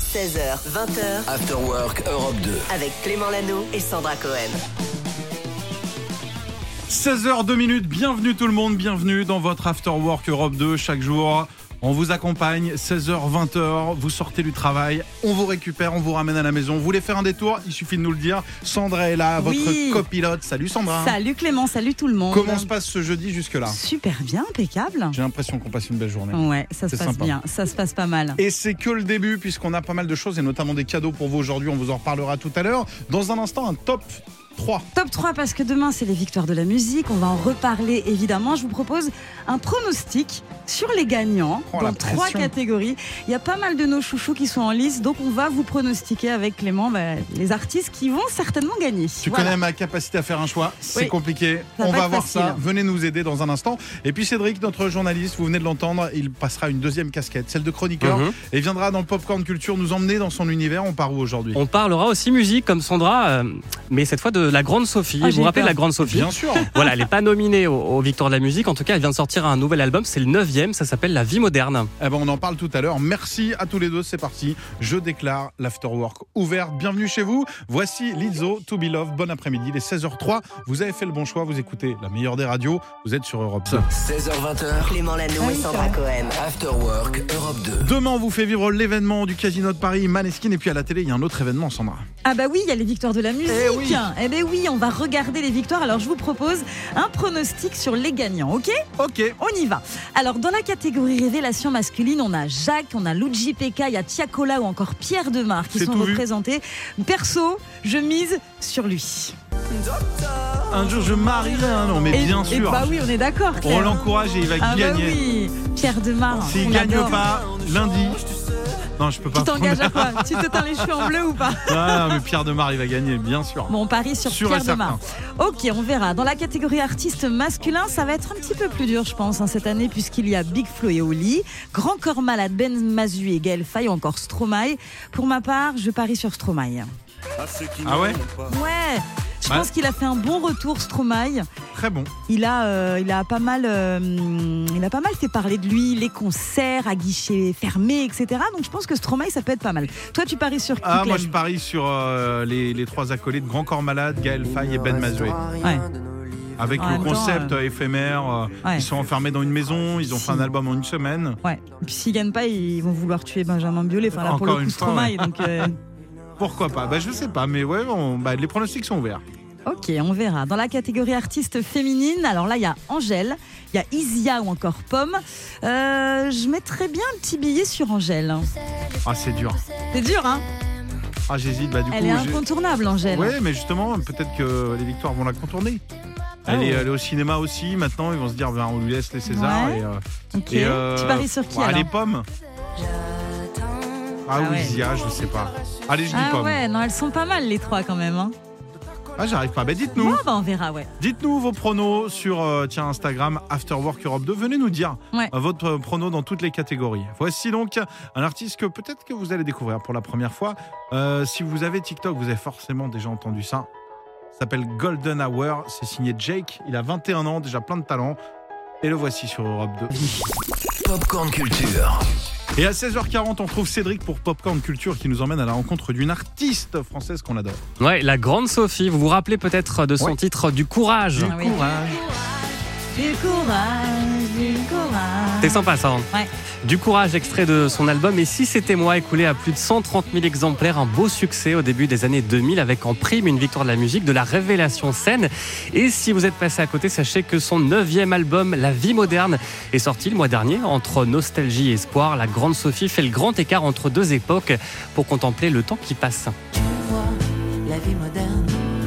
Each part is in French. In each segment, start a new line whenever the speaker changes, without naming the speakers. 16h, 20h,
After Work Europe 2.
avec Clément Lano et Sandra Cohen.
16h, 2 minutes, bienvenue tout le monde, bienvenue dans votre After Work Europe 2 chaque jour. On vous accompagne, 16h, 20h, vous sortez du travail, on vous récupère, on vous ramène à la maison. Vous voulez faire un détour Il suffit de nous le dire. Sandra est là, votre
Oui.
copilote. Salut Sandra.
Salut Clément, salut tout le monde.
Comment se passe ce jeudi jusque-là
Super bien, impeccable.
J'ai l'impression qu'on passe une belle journée.
Ouais, ça se
C'est
passe
sympa.
bien, ça se passe pas mal.
Et c'est que le début, puisqu'on a pas mal de choses, et notamment des cadeaux pour vous aujourd'hui. On vous en reparlera tout à l'heure. Dans un instant, un top 3.
Top 3 parce que demain c'est les victoires de la musique, on va en reparler évidemment. Je vous propose un pronostic sur les gagnants
Oh, la
dans trois
pression.
catégories. Il y a pas mal de nos chouchous qui sont en lice, donc on va vous pronostiquer avec Clément bah, les artistes qui vont certainement gagner.
Tu
Voilà.
connais ma capacité à faire un choix, c'est
Oui.
compliqué.
Ça va
On
pas
va
être
voir
facile.
ça. Venez nous aider dans un instant. Et puis Cédric, notre journaliste, vous venez de l'entendre, il passera une deuxième casquette, celle de chroniqueur, et viendra dans le Popcorn Culture nous emmener dans son univers. On part où aujourd'hui
On parlera aussi musique comme Sandra, euh, mais cette fois de la Grande Sophie.
Ah,
vous
j'ai
vous rappelez
peur.
la Grande Sophie
Bien sûr.
Voilà, elle n'est pas nominée aux, aux Victoires de la musique. En tout cas, elle vient de sortir un nouvel album. C'est le neuvième. Ça s'appelle La vie moderne.
Eh ben, on en parle tout à l'heure. Merci à tous les deux. C'est parti. Je déclare l'afterwork ouvert. Bienvenue chez vous. Voici Lizzo, To Be Love. Bon après-midi. Il est 16h03. Vous avez fait le bon choix. Vous écoutez la meilleure des radios. Vous êtes sur Europe 2.
16h20h,
Clément Lano
Ah
et
oui, ça
Sandra
va.
Cohen.
After Work Europe 2.
Demain, on vous fait vivre l'événement du Casino de Paris, Maneskin. Et puis à la télé, il y a un autre événement, Sandra.
Ah bah oui, il y a les victoires de la musique.
Eh oui.
Eh ben oui, on va regarder les victoires. Alors je vous propose un pronostic sur les gagnants, ok
Ok.
On y va. Alors, dans la catégorie révélation masculine, on a Jacques, on a Luigi Pekka, il y a Tiakola ou encore Pierre Demar qui
C'est
sont
tout vu.
représentés. Perso, je mise sur lui.
Un jour, je marierai un homme. Mais
Et-
bien
et
sûr.
bah oui, on est d'accord.
On
Claire.
l'encourage et il va
Ah bah
gagner.
oui, Pierre Demar.
S'il
on
gagne
adore.
pas, lundi. Non, je peux pas.
Tu t'engages à quoi Tu te teins les cheveux en bleu ou pas
Ah, mais Pierre Demar, il va gagner, bien sûr.
Bon, on parie sur,
Sûr et
Pierre
certain.
Demar. Ok, on verra. Dans la catégorie artiste masculin, ça va être un petit peu plus dur, je pense, hein, cette année, puisqu'il y a Big Flo et Oli, Grand Corps Malade, Ben Mazu et Gaël Faye, ou encore Stromae. Pour ma part, je parie sur Stromae.
Ah ouais
Ouais, je
Ouais.
pense qu'il a fait un bon retour, Stromae.
Très bon.
Il a, euh, il a pas mal, euh, il a pas mal fait parler de lui, les concerts à guichet fermé, etc. Donc je pense que Stromae, ça peut être pas mal. Toi, tu paries sur qui
Ah, moi
Clem
je parie sur euh, les, les trois acolytes Grand Corps Malade, Gaël Faye et Ben Mazoué.
Ouais.
Avec
En
le
même temps,
concept euh, éphémère, euh,
Ah, Ouais.
ils sont enfermés dans une maison, ils ont fait un album en une semaine.
Ouais. Et puis s'ils gagnent pas, ils vont vouloir tuer Benjamin Biolay. Enfin là, pour
Encore
le
une
coup,
fois,
Stromae.
ouais.
Donc, euh,
Pourquoi pas Bah je sais pas, mais ouais, on- bah, les pronostics sont ouverts.
ok, on verra. Dans la catégorie artiste féminine, alors là, il y a Angèle, il y a Isia ou encore Pomme. Euh, je mettrais bien un petit billet sur Angèle. hein.
Ah c'est dur.
C'est dur, hein
Ah j'hésite, bah du
Elle
coup.
est
j'ai-
incontournable, Angèle.
Ouais, mais justement, peut-être que les victoires vont la contourner.
Ah
Elle, est,
ouais.
elle est au cinéma aussi maintenant, ils vont se dire ben, on lui laisse les Césars.
Ouais.
Et, euh,
Ok.
et, euh,
tu paries sur qui
ouais,
alors
Les pommes. Ah,
Ah
oui,
ouais.
Zia, je sais pas. Allez, je dis
Ah
pomme.
ouais, non, elles sont pas mal les trois quand même. Hein.
Ah j'arrive pas. Bah dites-nous.
Bon, bah, on verra, ouais.
Dites-nous vos pronos sur euh, tiens, Instagram Afterwork Europe 2. Venez nous dire
Ouais.
euh, votre euh, prono dans toutes les catégories. Voici donc un artiste que peut-être que vous allez découvrir pour la première fois. Euh, si vous avez TikTok, vous avez forcément déjà entendu ça. Ça s'appelle Golden Hour. C'est signé Jake. Il a 21 ans, déjà plein de talent. Et le voici sur Europe 2.
Popcorn Culture.
Et à 16h40, on retrouve Cédric pour Popcorn Culture qui nous emmène à la rencontre d'une artiste française qu'on adore.
Ouais, la Grande Sophie. Vous vous rappelez peut-être de son
Oui.
titre Du courage.
Ah oui. Du courage, du courage.
C'était sympa ça. hein
Ouais.
Du courage extrait de son album Et si c'était moi écoulé à plus de 130 000 exemplaires, un beau succès au début des années 2000 avec en prime une victoire de la musique, de la révélation scène. Et si vous êtes passé à côté, sachez que son neuvième album La vie moderne est sorti le mois dernier. Entre nostalgie et espoir, la grande Sophie fait le grand écart entre deux époques pour contempler le temps qui passe.
Tu vois, la vie moderne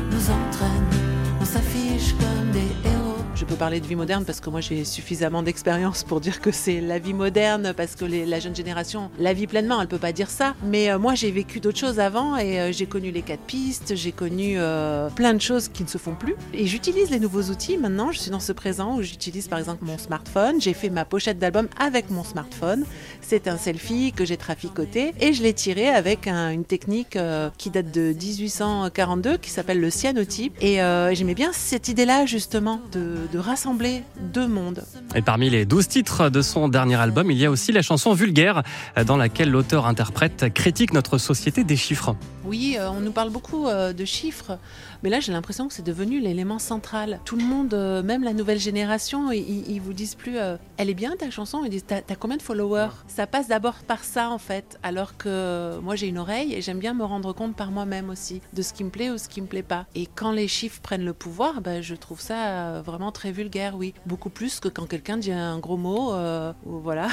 nous entraîne, on s'affiche comme des héros. Je peux parler de vie moderne parce que moi j'ai suffisamment d'expérience pour dire que c'est la vie moderne parce que les- la jeune génération la vit pleinement, elle peut pas dire ça. Mais euh, moi j'ai vécu d'autres choses avant et euh, j'ai connu les quatre pistes, j'ai connu euh, plein de choses qui ne se font plus. Et j'utilise les nouveaux outils maintenant, je suis dans ce présent où j'utilise par exemple mon smartphone, j'ai fait ma pochette d'album avec mon smartphone. C'est un selfie que j'ai traficoté et je l'ai tiré avec un- une technique euh, qui date de 1842 qui s'appelle le cyanotype. Et euh, j'aimais bien cette idée-là justement de, de rassembler deux mondes.
Et parmi les 12 titres de son dernier album, il y a aussi la chanson Vulgaire, dans laquelle l'auteur-interprète critique notre société des chiffres.
Oui, euh, on nous parle beaucoup euh, de chiffres, mais là j'ai l'impression que c'est devenu l'élément central. Tout le monde, euh, même la nouvelle génération, ils, ils vous disent plus euh, elle est bien ta chanson, ils disent t'as t'as combien de followers Ça passe d'abord par ça en fait, alors que euh, moi j'ai une oreille et j'aime bien me rendre compte par moi-même aussi de ce qui me plaît ou ce qui me plaît pas. Et quand les chiffres prennent le pouvoir, bah, je trouve ça euh, vraiment très vulgaire, oui. Beaucoup plus que quand quelqu'un dit un gros mot, euh, ou voilà.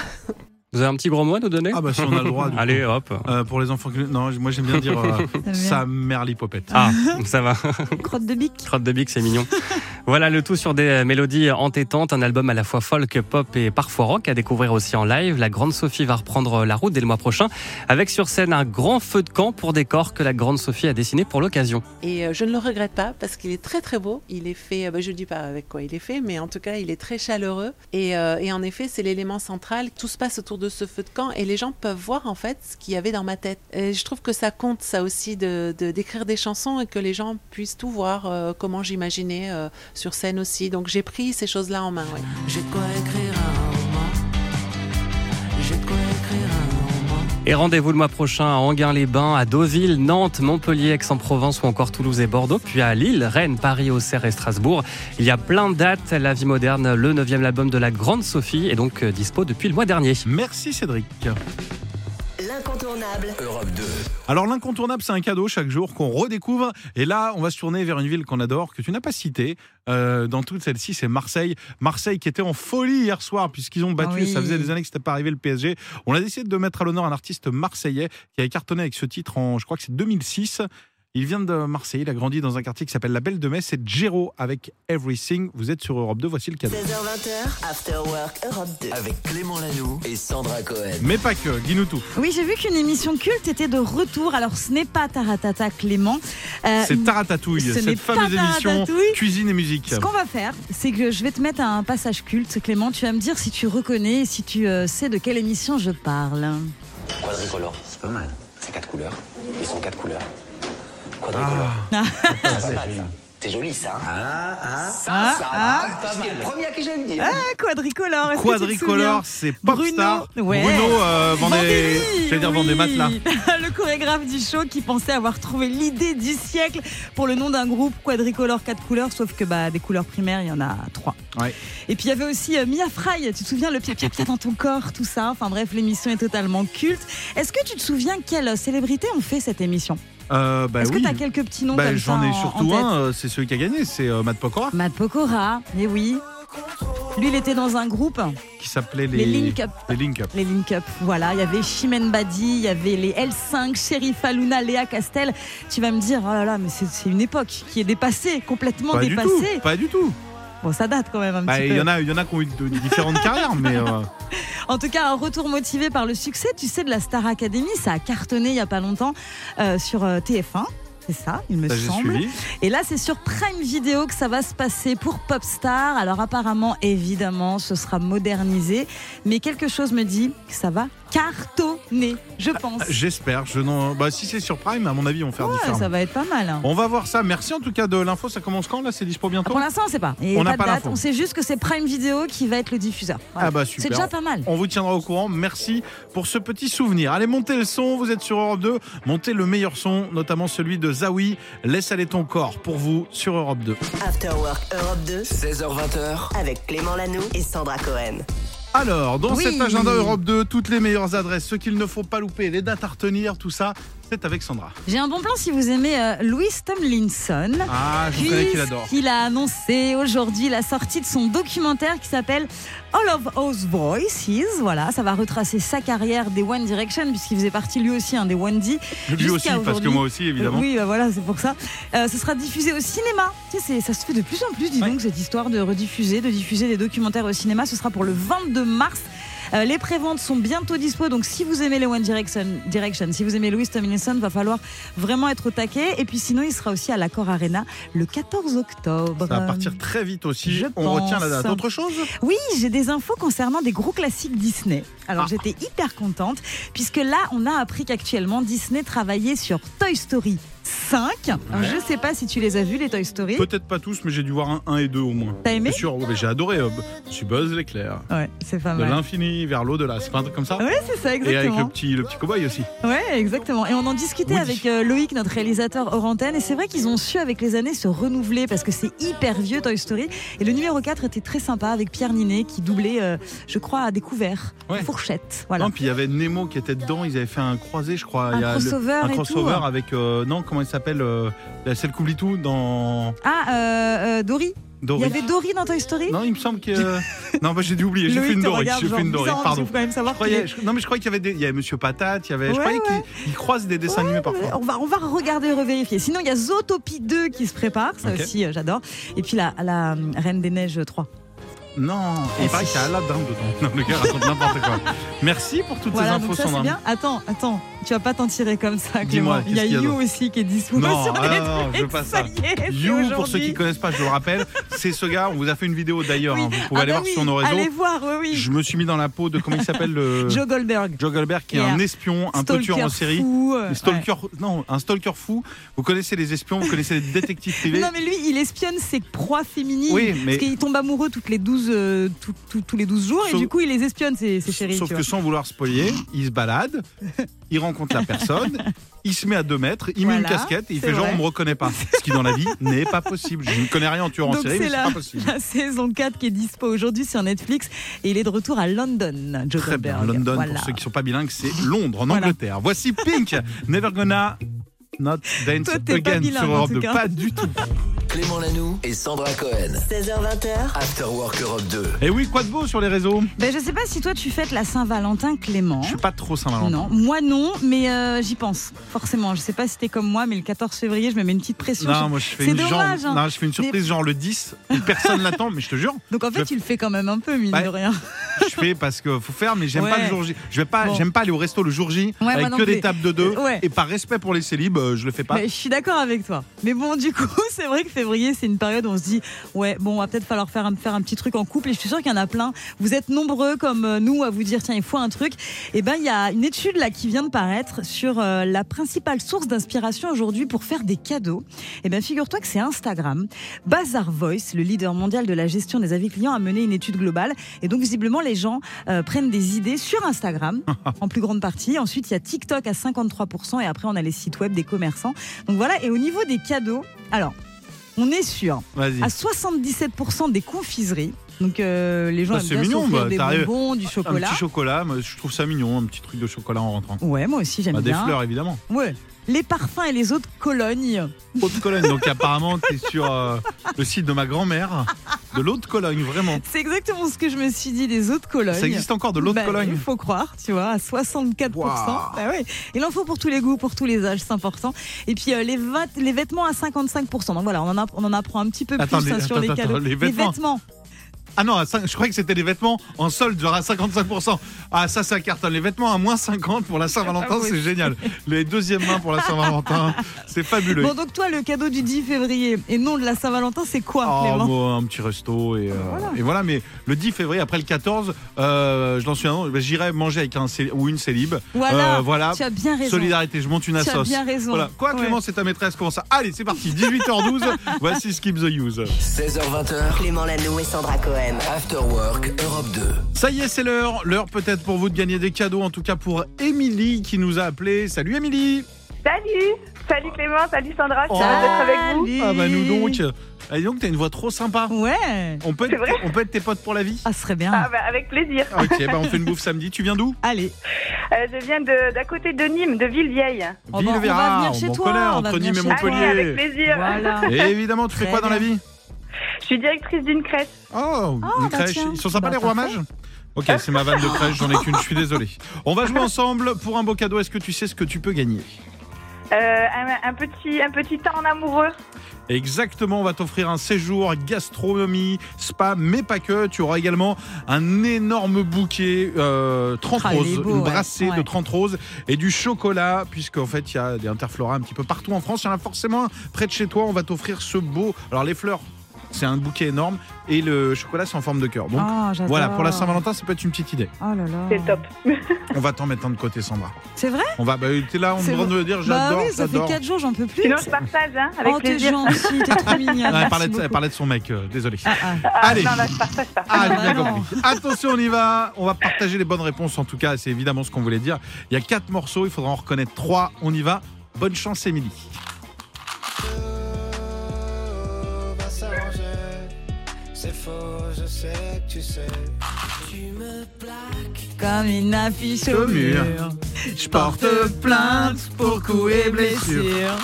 Vous avez un petit gros mot à nous donner
Ah bah si on a le droit. du coup.
Allez, hop.
Euh, pour les enfants. qui- Non, moi j'aime bien dire euh,
bien.
sa mère l'hypopète.
Ah, ça va.
Crotte de bique.
Crotte de bique, c'est mignon. Voilà le tout sur des mélodies entêtantes, un album à la fois folk, pop et parfois rock à découvrir aussi en live. La Grande Sophie va reprendre la route dès le mois prochain avec sur scène un grand feu de camp pour décor que la Grande Sophie a dessiné pour l'occasion.
Et euh, je ne le regrette pas parce qu'il est très très beau. Il est fait, euh, bah, je ne dis pas avec quoi il est fait, mais en tout cas il est très chaleureux. Et, euh, et en effet, c'est l'élément central. Tout se passe autour de ce feu de camp et les gens peuvent voir en fait ce qu'il y avait dans ma tête. Et je trouve que ça compte ça aussi de de- d'écrire des chansons et que les gens puissent tout voir euh, comment j'imaginais euh, sur scène aussi. Donc j'ai pris ces choses-là en main. ouais.
J'ai de quoi écrire un roman. J'ai de quoi écrire un roman.
Et rendez-vous le mois prochain à Anguin-les-Bains, à Deauville, Nantes, Montpellier, Aix-en-Provence ou encore Toulouse et Bordeaux, puis à Lille, Rennes, Paris, Auxerre et Strasbourg. Il y a plein de dates. La vie moderne, le neuvième album de la Grande Sophie, est donc euh, dispo depuis le mois dernier.
Merci Cédric.
L'incontournable.
Europe 2.
Alors l'incontournable, c'est un cadeau chaque jour qu'on redécouvre. Et là, on va se tourner vers une ville qu'on adore, que tu n'as pas citée. Euh, dans toute celle-ci, c'est Marseille. Marseille qui était en folie hier soir puisqu'ils ont battu.
Ah oui.
Ça faisait des années que c'était pas arrivé le PSG. On a décidé de mettre à l'honneur un artiste marseillais qui a cartonné avec ce titre en, je crois que c'est 2006. Il vient de Marseille. Il a grandi dans un quartier qui s'appelle La Belle de Mai. C'est Géro avec Everything. Vous êtes sur Europe 2. Voici le cadeau.
16h20, After Work Europe 2.
Avec Clément Lanoux et Sandra Cohen.
Mais pas que. Dis-nous tout.
Oui, j'ai vu qu'une émission culte était de retour. Alors, ce n'est pas Taratata Clément. Euh,
C'est Taratatouille,
ce n'est
cette
pas
fameuse émission
Taratatouille.
cuisine et musique.
Ce qu'on va faire, c'est que je vais te mettre un passage culte, Clément. Tu vas me dire si tu reconnais, si tu euh, sais de quelle émission je parle.
Quadricolore, c'est pas mal. C'est quatre couleurs. Ils sont quatre couleurs. Quadricolore. Ça, c'est pas mal, Ah. ça. C'est joli ça. Ah, ah, ça, hein. ça. c'est le premier que j'aime dire.
Ah, quadricolore. est-ce que tu te souviens
Quadricolore, c'est Popstar.
Bruno, ouais.
Bruno euh, vendait,
Vandelli,
j'allais dire
oui.
vendait matelas.
Le chorégraphe du show qui pensait avoir trouvé l'idée du siècle pour le nom d'un groupe quadricolore quatre couleurs, sauf que bah, des couleurs primaires, il y en a trois.
Ouais.
Et puis il y avait aussi euh, Mia Fry, tu te souviens le pia pia pia dans ton corps, tout ça. Enfin bref, l'émission est totalement culte. Est-ce que tu te souviens quelles célébrités ont fait cette émission
Euh, bah
Est-ce
oui.
que tu as quelques petits noms
Bah,
comme ça
J'en ai
en- en
surtout
tête
un, euh, c'est celui qui a gagné, c'est euh, Matt Pokora,
Matt Pokora, mais oui. Lui, il était dans un groupe,
qui s'appelait les,
les Link Up.
les Link Up.
Les Link Up, voilà. Il y avait Chimène Badi, il y avait les L5, Sheriff Aluna, Léa Castel. Tu vas me dire, oh là là, mais c'est c'est une époque qui est dépassée, complètement
Pas du tout,
dépassée.
pas du tout.
Bon, ça date quand même un
Bah,
petit
Il
peu.
y en a, il y en a qui ont eu de- de différentes carrières, mais euh,
En tout cas, un retour motivé par le succès, tu sais, de la Star Academy. Ça a cartonné il n'y a pas longtemps euh, sur euh, TF1. C'est ça, il me
ça, bah, j'ai
semble.
suivi.
Et là, c'est sur Prime Video que ça va se passer pour Popstar. Alors apparemment, évidemment, ce sera modernisé. Mais quelque chose me dit que ça va cartonner, je
Bah,
pense.
J'espère. Je n'en- bah, si c'est sur Prime, à mon avis, on va faire
Ouais,
différemment.
ça va être pas mal. hein.
On va voir ça. Merci en tout cas de l'info. Ça commence quand là C'est dispo
Ah,
bientôt
pour l'instant, on sait pas. Et
On n'a
pas de
pas
date.
l'info.
On sait juste que c'est Prime Video qui va être le diffuseur. Voilà.
Ah bah
c'est
super.
déjà pas mal.
On vous tiendra au courant. Merci pour ce petit souvenir. Allez, montez le son. Vous êtes sur Europe 2. Montez le meilleur son, notamment celui de Zawi. Laisse aller ton corps pour vous sur Europe 2.
After Work Europe 2
16h20h.
avec Clément Lanoux et Sandra Cohen.
Alors, dans
Oui.
cet agenda Europe 2, toutes les meilleures adresses, ce qu'il ne faut pas louper, les dates à retenir, tout ça, c'est avec Sandra.
J'ai un bon plan si vous aimez euh, Louis Tomlinson.
Ah, je vous connais qu'il adore.
Puisqu'il a annoncé aujourd'hui la sortie de son documentaire qui s'appelle All of Us Voices. Voilà, ça va retracer sa carrière des One Direction, puisqu'il faisait partie lui aussi hein, des One D.
Lui
jusqu'à
aussi, parce que
aujourd'hui.
moi aussi, évidemment.
Euh, Oui, bah voilà, c'est pour ça. Euh, ce sera diffusé au cinéma. Tu sais, c'est- ça se fait de plus en plus, dis
Ouais.
donc, cette histoire de rediffuser, de diffuser des documentaires au cinéma. Ce sera pour le 22 mars. Euh, les préventes sont bientôt dispo, donc si vous aimez les One Direction, Direction si vous aimez Louis Tomlinson, va falloir vraiment être au taquet. Et puis sinon, il sera aussi à l'Accor Arena le 14 octobre.
Ça va partir très vite aussi.
Je
On retient la date.
pense.
Autre chose
Oui, j'ai des infos concernant des gros classiques Disney. Alors
Ah.
j'étais hyper contente puisque là on a appris qu'actuellement Disney travaillait sur Toy Story 5. Alors, Je sais pas si tu les as vus, les Toy Story.
Peut-être pas tous, mais j'ai dû voir un, un et deux au moins.
T'as aimé
Bien sûr, ouais, mais j'ai adoré. euh, je suis Buzz l'éclair.
Ouais, c'est pas
De
mal.
l'infini vers l'au de la un truc comme ça.
Ouais, c'est ça,
et avec le
exactement.
petit, le petit cow-boy aussi.
Ouais, exactement. Et on en discutait
Woody.
avec euh, Loïc, notre réalisateur hors antenne, et c'est vrai qu'ils ont su avec les années se renouveler parce que c'est hyper vieux Toy Story. Et le numéro 4 était très sympa avec Pierre Ninet qui doublait, euh, je crois, à découvert,
Ouais. Oh,
fourchette. Voilà.
Non, puis il y avait Nemo qui était dedans. Ils avaient fait un croisé, je crois.
Un
Il y a le-
crossover
un
et tout,
crossover
hein.
avec. euh, non, comment il s'appelle euh, la- Celle qui oublie tout dans
Ah, euh, euh, Dory. Il
Dory.
y avait Dory dans Toy Story
Non, il me semble que. euh, non, bah, j'ai dû oublier. J'ai
Loïc
fait une
te
Dory.
regarde
J'ai fait
genre
une Dory,
bizarre, parce qu'il
pardon.
faut quand même savoir
Je croyais-
qu'il
je- non, mais je croyais qu'il y avait des. Il y avait Monsieur Patate, il y avait. je
Ouais,
croyais
ouais.
qu'ils croisent des dessins animés parfois.
est- on va, on va regarder, revérifier. Sinon, il y a Zootopie 2 qui se prépare, ça
Ok.
aussi, euh, j'adore. Et puis la, la euh, Reine des Neiges 3.
Non, il
si.
paraît qu'il y a Aladdin dedans. Non, le gars raconte n'importe quoi. Merci pour toutes
Voilà,
ces infos,
donc ça c'est
Sandra.
bien. Attends, attends, tu vas pas t'en tirer comme ça,
Dis-moi,
Clément. Il y a
qu'est-ce qu'il y a
You aussi qui est dissous
Non,
sur
ah
les
non, non, je veux pas
ça.
ça.
y est, c'est
You, pour ceux qui
aujourd'hui.
connaissent pas, je le rappelle, c'est ce gars. On vous a fait une vidéo d'ailleurs.
Oui.
hein, vous pouvez
Ah
aller
bah
voir sur nos
oui,
réseaux.
Allez voir, oui, oui.
Je me suis mis dans la peau de comment il s'appelle le
Joe Goldberg.
Joe Goldberg, qui est
Yeah.
un espion, un peu tueur en série.
fou, euh,
Un stalker, non, un stalker fou. Vous connaissez les espions, vous connaissez les détectives
ouais.
privés.
Non mais lui, il espionne ses proies féminines.
Oui, mais-
Parce qu'il tombe amoureux toutes les 12, euh, tout- tout- tous les 12 jours et
Sauf-
du coup il les espionne, ses, ses chéris.
Sauf
tu
que
vois.
sans vouloir spoiler, il se balade, il rencontre la personne, il se met à deux mètres, il met une
Voilà,
casquette et il
c'est
fait genre
vrai.
on me reconnaît pas. Ce qui dans la vie n'est pas possible. Je ne connais rien en tueur en
Donc
série, mais
c'est
c'est
la,
pas possible.
la saison 4 qui est dispo aujourd'hui sur Netflix et il est de retour à London, Joe
Très bien,
Goldberg.
London,
Voilà.
pour ceux qui sont pas bilingues, c'est Londres, en
Voilà.
Angleterre. Voici Pink, Never Gonna Not Dance
Toi, t'es pas
Again
bilingue,
sur
en
Europe
tout
2.
cas.
Pas du tout.
Clément Lanoux et Sandra Cohen.
16h20h,
After Work Europe 2.
Et Eh oui, quoi de beau sur les réseaux
Ben, je sais pas si toi tu fêtes la Saint-Valentin, Clément.
Je suis pas trop Saint-Valentin.
Non, moi non, mais euh, j'y pense, forcément. Je sais pas si t'es comme moi, mais le 14 février, je me mets une petite pression.
Non,
Je-
moi je fais
C'est
une
dommage,
genre,
hein.
non, je fais une surprise genre le 10 où personne l'attend, mais je te jure,
Donc en fait,
je-
tu le fais quand même un peu, mine
Ouais.
de rien.
je fais parce que faut faire, mais j'aime pas
Ouais.
le jour J. Je vais pas,
Bon.
j'aime pas aller au resto le jour J
moi
avec
non
que des
plus.
tables de deux.
Ouais.
Et par respect pour les célibes, euh, je le fais pas.
Ben, je suis d'accord avec toi. Mais bon, du coup, c'est vrai que février, c'est une période où on se dit, ouais, bon, va peut-être falloir faire un, faire un petit truc en couple. Et je suis sûre qu'il y en a plein. Vous êtes nombreux comme euh, nous à vous dire, tiens, il faut un truc. Et ben, il y a une étude là qui vient de paraître sur euh, la principale source d'inspiration aujourd'hui pour faire des cadeaux. Et ben, figure-toi que c'est Instagram. Bazar Voice, le leader mondial de la gestion des avis clients, a mené une étude globale. Et donc, visiblement, les gens euh, prennent des idées sur Instagram en plus grande partie. Ensuite, il y a TikTok à 53%. Et après, on a les sites web des commerçants. Donc voilà. Et au niveau des cadeaux, alors, on est sûr
Vas-y.
à 77% des confiseries. Donc euh, les gens
Bah,
aiment
c'est
bien
mignon,
s'offrir
bah,
des
t'arrives-
bonbons, du
Un
chocolat.
petit chocolat, moi, je trouve ça mignon, un petit truc de chocolat en rentrant.
ouais, moi aussi j'aime
Bah, des
bien.
fleurs évidemment.
Ouais. Les parfums et les eaux de Cologne.
Haute Cologne, donc apparemment t'es sur euh, le site de ma grand-mère, de l'Haute Cologne, vraiment.
C'est exactement ce que je me suis dit des eaux de Cologne.
Ça existe encore de l'Haute
Ah Bah, Il
Cologne
faut croire, tu vois, à 64%. Bah ouais. Il en faut pour tous les goûts, pour tous les âges, 5%. Et puis euh, les, va- les vêtements à 55%. Donc voilà, on en, app- on en apprend un petit peu
Attends,
plus
les-
hein, sur
attends,
les
attends,
cadeaux.
les vêtements. Ah non, à cinq- je croyais que c'était les vêtements en solde, genre à 55%. Ah ça, ça cartonne. Les vêtements à moins 50 pour la
Ah
Saint-Valentin, c'est génial. Les deuxièmes mains pour la Saint-Valentin, c'est fabuleux.
Bon, donc toi, le cadeau du 10 février et non de la Saint-Valentin, c'est quoi,
Oh,
Clément
moi, un petit resto et, euh, et voilà mais le 10 février après le 14 euh, je l'en suis un autre, bah, j'irai manger avec un cé- ou une célib
Voilà,
Euh, voilà
tu as bien raison.
solidarité je monte une
Tu as
assoce
bien raison.
voilà quoi
Ouais.
Clément c'est ta maîtresse comment ça allez c'est parti 18h12 voici Skip the Use
16h20h.
Clément Lano et Sandra Cohen.
After Work Europe 2.
ça y est c'est l'heure l'heure peut-être pour vous de gagner des cadeaux en tout cas pour Émilie qui nous a appelé salut Émilie
Salut Salut Clément, salut Sandra, je
Oh.
suis heureuse d'être avec vous.
Salut.
ah bah nous donc Ah, dis donc t'as une voix trop sympa
Ouais.
on peut
C'est
être,
vrai
on peut être tes potes pour la vie
Ah, ce serait bien.
Ah bah, avec plaisir.
ok bah on fait une bouffe samedi tu viens d'où
Allez,
Euh, je viens de- d'à côté de Nîmes, de
Oh,
Villevieille.
bah, on va
Villevera,
venir chez
on
toi,
connaît,
on va
entre
venir
Nîmes et
chez toi.
Allez,
Montpellier
avec plaisir.
voilà.
Et évidemment, tu fais
Très
quoi dans la
bien.
vie
Je suis directrice d'une crèche.
Oh,
Ah,
une
bah
crèche.
tiens.
Ils sont sympas
Bah,
les rois
parfait. Ah.
mages Ok, c'est ma vanne de crèche, j'en ai qu'une, je suis désolé. On va jouer ensemble pour un beau cadeau. Est-ce que tu sais ce que tu peux gagner
Euh, un, un petit, un petit temps en amoureux.
Exactement, on va t'offrir un séjour gastronomie, spa, mais pas que. Tu auras également un énorme bouquet, euh, 30
Ah, il est
roses,
beau,
une
ouais.
brassée de
Ouais.
30 roses et du chocolat, puisqu'en fait, il y a des interflora un petit peu partout en France. Il y en a forcément un près de chez toi. On va t'offrir ce beau. Alors, les fleurs. C'est un bouquet énorme et le chocolat c'est en forme de cœur. Donc
Ah, j'adore.
voilà, pour la Saint-Valentin, ça peut être une petite idée.
Oh là là.
C'est top.
On va t'en mettre un de côté, Sandra.
C'est vrai
On va, bah, t'es là, on me
C'est
demande
bon.
de dire
Bah
j'adore,
oui, ça fait
j'adore.
4 jours, j'en peux plus.
Sinon, je partage, hein, avec
oh, t'es
plaisir.
gentille, t'es trop mignonne.
Ah, elle,
Merci
parlait de, elle
beaucoup.
parlait de son mec, euh, désolé.
Ah, ah.
Ah,
Allez.
non, là, je partage, je partage.
Ah, j'ai
bah
bien
non.
compris. Attention, on y va. On va partager les bonnes réponses en tout cas. C'est évidemment ce qu'on voulait dire. Il y a quatre morceaux, il faudra en reconnaître trois. On y va. Bonne chance, Émilie.
Comme une affiche au
Au mur.
mur. Je porte plainte pour coups et blessures.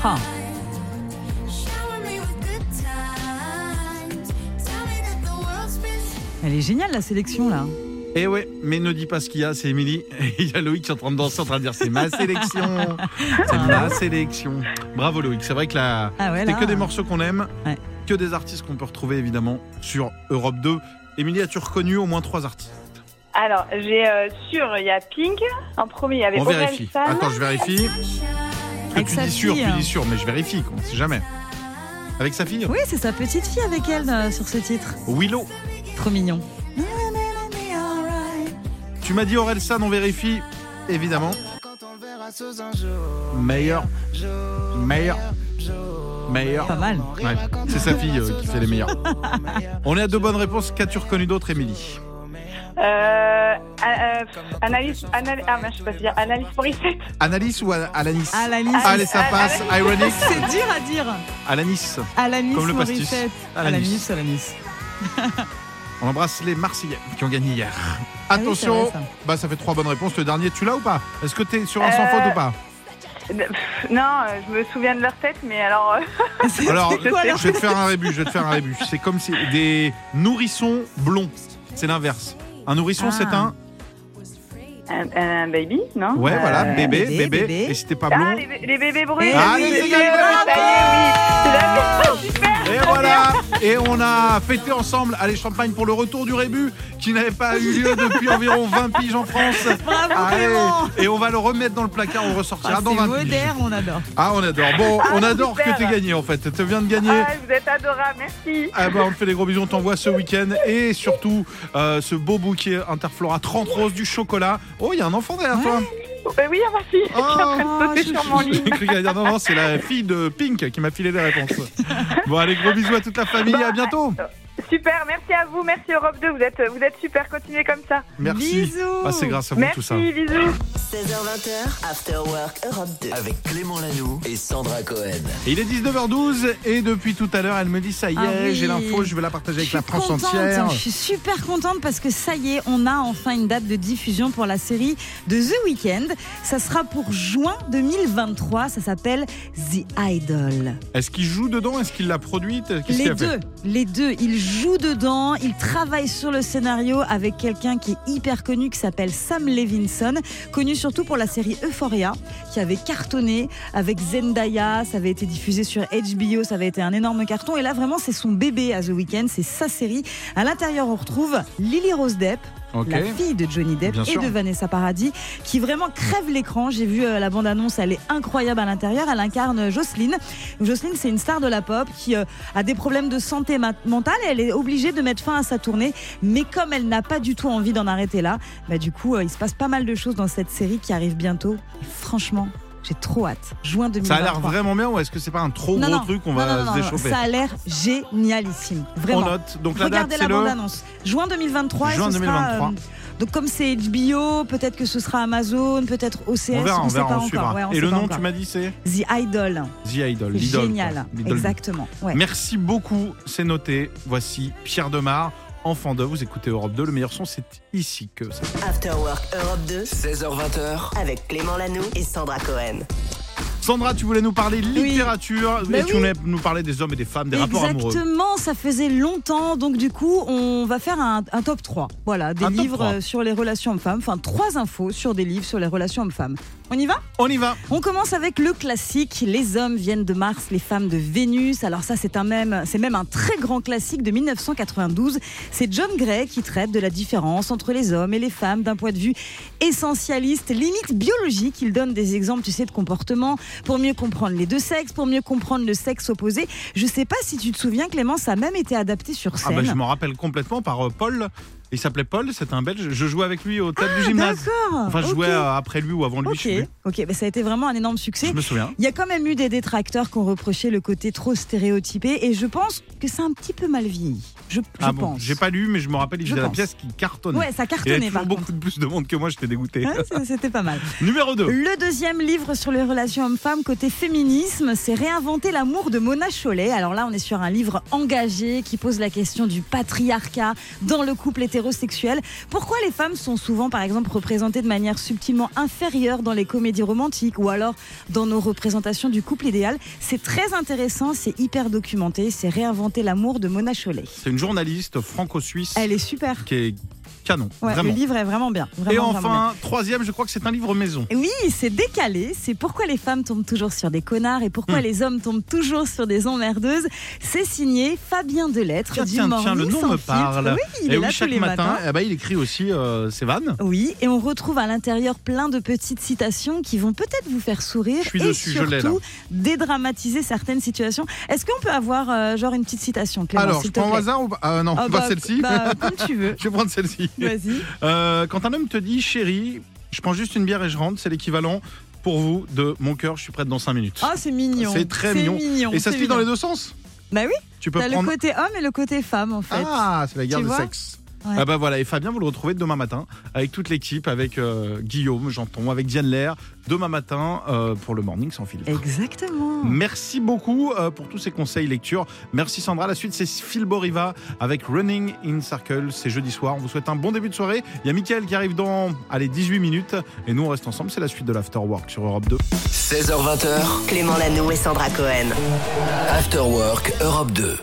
Ah. Elle est géniale la sélection là.
Eh ouais, mais ne dis pas ce qu'il y a, c'est Émilie. Et Il y a Loïc qui est en train de danser, en train de dire c'est ma sélection. C'est ma sélection. Bravo Loïc, c'est vrai que la,
Ah ouais,
C'est
là.
que des morceaux qu'on aime,
Ouais.
que des artistes qu'on peut retrouver évidemment sur Europe 2. Émilie, as-tu reconnu au moins trois artistes
Alors, j'ai euh, sûr, il y a Pink. En premier, il y avait
On vérifie.
Orelsan.
Attends, je vérifie. Parce
Avec
que tu
sa
dis sûr,
fille,
tu
hein.
dis sûr, mais je vérifie, quoi, on sait jamais. Avec sa fille
Oui, c'est sa petite fille avec elle euh, sur ce titre.
Willow.
Trop mignon.
Tu m'as dit Orelsan, on vérifie, évidemment. Meilleur. Meilleur. Meilleur.
Pas mal.
Ouais, C'est sa fille euh, qui fait les meilleurs. on est à deux bonnes réponses. Qu'as-tu reconnu d'autre, Émilie
Euh, euh, analyse, analyse, ah, ben, je sais pas si dire, analyse Morissette.
Analyse ou Al- Alanis
Alanis.
Ah, Allez, ça passe. Ironic.
C'est dur à dire.
Alanis.
Alanis
Comme le pastis.
Morissette.
Alanis.
Alanis, Alanis.
On embrasse les Marseillais qui ont gagné hier.
Ah oui,
Attention,
c'est vrai, ça.
bah ça fait trois bonnes réponses. Le dernier, tu l'as ou pas Est-ce que t'es sur un sans
Euh,
faute ou pas
Pff, Non, euh, je me souviens de leur tête, mais alors. euh,
C'est
Alors,
c'est quoi, alors
je vais te faire un rébut. Je vais te faire un rébut. C'est comme si des nourrissons blonds. C'est l'inverse. Un nourrisson,
Ah.
c'est un.
un, un baby, non
Ouais,
Euh,
voilà, bébé,
bébé,
bébé,
bébé.
Et si t'es pas blond.
Ah, les, bé- les bébés bruns.
Ah, les
oui,
bébés
ça y est,
bruns.
oui. C'est la-
Et voilà Et on a fêté ensemble, allez, champagne pour le retour du rébut qui n'avait pas eu lieu depuis environ 20 piges en France.
Bravo,
Allez,
Clément.
et on va le remettre dans le placard, on le ressortira
Ah,
dans
C'est
20 piges.
moderne, on adore.
Ah, on adore. Bon, on adore
super.
que tu gagné en fait. Tu viens de gagner.
Ah, vous êtes adorables, merci.
Ah bah on te fait des gros bisous, on t'envoie ce week-end et surtout euh, ce beau bouquet Interflora 30 roses du chocolat. Oh, il y a un enfant derrière toi.
Ben oui, ah, ma fille, qui est en train de
Oh,
sauter
je-
sur mon
J'ai
lit.
cru qu'elle allait dire non, non, c'est la fille de Pink qui m'a filé les réponses. Bon, allez, gros bisous à toute la famille,
Bah,
à bientôt.
Super, merci à vous, merci Europe 2, vous êtes, vous êtes super, continuez comme ça.
Merci.
Bisous.
Ah, c'est grâce à vous
Merci,
tout ça.
bisous.
16h20, After Work Europe 2.
Avec Clément Lanoux et Sandra Cohen.
Et Il est 19h12 et depuis tout à l'heure, elle me dit ça y est,
Ah oui.
j'ai l'info, je vais la partager avec
Je
la
suis
France
contente, hein,
entière.
Je suis super contente parce que ça y est, on a enfin une date de diffusion pour la série de The Weeknd. Ça sera pour juin 2023. Ça s'appelle The Idol.
Est-ce qu'il joue dedans Est-ce qu'il l'a produite Qu'est-ce qu'il
Les
a fait
deux, les deux, ils jouent dedans, ils travaillent sur le scénario avec quelqu'un qui est hyper connu qui s'appelle Sam Levinson, connu surtout pour la série Euphoria qui avait cartonné avec Zendaya, ça avait été diffusé sur HBO, ça avait été un énorme carton et là vraiment c'est son bébé à The Weeknd, c'est sa série. À l'intérieur on retrouve Lily Rose Depp,
Ok.
la fille de Johnny Depp
Bien
et
sûr.
de Vanessa Paradis, qui vraiment crève l'écran. J'ai vu euh, la bande-annonce, elle est incroyable à l'intérieur. Elle incarne Jocelyne. Jocelyne, c'est une star de la pop qui euh, a des problèmes de santé ma- mentale. et Elle est obligée de mettre fin à sa tournée, mais comme elle n'a pas du tout envie d'en arrêter là, bah, du coup, euh, il se passe pas mal de choses dans cette série qui arrive bientôt. Et franchement, j'ai trop hâte. Juin 2023.
Ça a l'air vraiment bien ou est-ce que c'est pas un trop
Non,
gros
non.
truc qu'on
Non,
va
non, non,
se
non,
déchauffer
Ça a l'air génialissime. Vraiment.
On note. Donc la date,
Regardez
c'est
la
le.
bande-annonce. Juin 2023. et
Juin
ce sera,
2023.
euh, donc comme c'est HBO, peut-être que ce sera Amazon, peut-être OCS.
On verra, on
sait
verra,
pas
on
encore.
suivra.
Ouais, on
Et
sait
le
pas
nom,
encore.
tu m'as dit, c'est
The Idol.
The Idol.
C'est
l'idole, quoi.
génial.
L'idole.
Exactement. Ouais.
Merci beaucoup, c'est noté. Voici Pierre Demar, enfant de. Vous écoutez Europe 2, le meilleur son, c'est ici que ça.
After Work Europe 2.
16h20h,
Avec Clément Lanoux et Sandra Cohen.
Sandra, tu voulais nous parler littérature
Mais
et tu
Bah oui.
voulais nous parler des hommes et des femmes, des rapports
Exactement,
amoureux.
ça faisait longtemps. Donc, du coup, on va faire un, un top 3. Voilà, des
Un top
livres
3.
euh, sur les relations hommes-femmes. Enfin, trois infos sur des livres sur les relations hommes-femmes. On y va
On y va.
On commence avec le classique. Les hommes viennent de Mars, les femmes de Vénus. Alors ça, c'est un même, c'est même un très grand classique de 1992. C'est John Gray qui traite de la différence entre les hommes et les femmes d'un point de vue essentialiste, limite biologique. Il donne des exemples, tu sais, de comportements pour mieux comprendre les deux sexes, pour mieux comprendre le sexe opposé. Je sais pas si tu te souviens, Clément, ça a même été adapté sur
Ah
scène.
bah, je m'en rappelle complètement par euh, Paul. Il s'appelait Paul, c'était un Belge. Je jouais avec lui au table du gymnase.
Ah, D'accord.
Enfin, je
Ok.
jouais euh, après lui ou avant lui.
Ok,
je sais plus.
ok, bah, ça a été vraiment un énorme succès.
Je me souviens.
Il y a quand même eu des détracteurs qui ont reproché le côté trop stéréotypé et je pense que c'est un petit peu mal vieilli. Je, je
ah bon,
pense.
j'ai pas lu, mais je me rappelle, il
Je
faisait la
pense.
pièce qui cartonnait.
Ouais, ça
Il y avait
cartonnait
toujours
par
beaucoup
contre.
de plus de monde que moi, j'étais dégoûté.
Ouais, c'est- C'était pas mal.
Numéro 2.
Le deuxième livre sur les relations hommes-femmes côté féminisme, c'est Réinventer l'amour de Mona Chollet. Alors là, on est sur un livre engagé qui pose la question du patriarcat dans le couple hétérosexuel. Pourquoi les femmes sont souvent, par exemple, représentées de manière subtilement inférieure dans les comédies romantiques ou alors dans nos représentations du couple idéal C'est très intéressant, c'est hyper documenté. C'est Réinventer l'amour de Mona Chollet.
C'est une journaliste franco-suisse
Elle est super.
qui est canon.
Ouais, le
vraiment.
livre est vraiment bien. Vraiment,
Et
vraiment bien.
enfin, troisième, je crois que c'est un livre maison.
Et Oui, c'est décalé. C'est pourquoi les femmes tombent toujours sur des connards et
Hmm.
pourquoi les hommes tombent toujours sur des emmerdeuses. C'est signé Fabien Delettre
Tiens,
du
tiens, tiens,
Morning
le nom
Sans
me
Filtre.
parle.
Oui, il
Et
est
oui,
là
chaque
tous les
matin,
matins.
eh ben, il écrit aussi euh, ses vannes.
Oui, et on retrouve à l'intérieur plein de petites citations qui vont peut-être vous faire sourire
Je suis
et
dessus, je l'ai,
surtout dédramatiser certaines situations. Est-ce qu'on peut avoir euh, genre une petite citation, Clément
Alors,
s'il
je
te
prends au
plaît
hasard ou pas Ah, Non,
Ah
pas
bah,
celle-ci.
bah, comme tu veux.
Je vais prendre celle-ci.
Vas-y.
Euh, quand un homme te dit chérie, je prends juste une bière et je rentre, c'est l'équivalent pour vous de mon cœur, je suis prête dans 5 minutes.
Ah, c'est mignon.
C'est très mignon. et ça
c'est
se lit dans les
mignon.
deux sens.
Bah oui,
Tu peux
t'as
prendre.
le côté homme et le côté femme en fait.
Ah, c'est la guerre
Tu
des
vois
sexes.
Ouais.
Ah bah voilà, et Fabien, vous le retrouvez demain matin avec toute l'équipe, avec euh, Guillaume, j'entends, avec Diane Lair, demain matin euh, pour le Morning sans filtre.
Exactement.
Merci beaucoup euh, pour tous ces conseils lecture. Merci Sandra. La suite, c'est Phil Boriva avec Running in Circle. C'est jeudi soir. On vous souhaite un bon début de soirée. Il y a Mickaël qui arrive dans allez, 18 minutes. Et nous, on reste ensemble. C'est la suite de l'Afterwork sur Europe 2.
16h20,
Clément Lano et Sandra Cohen.
Afterwork Europe 2.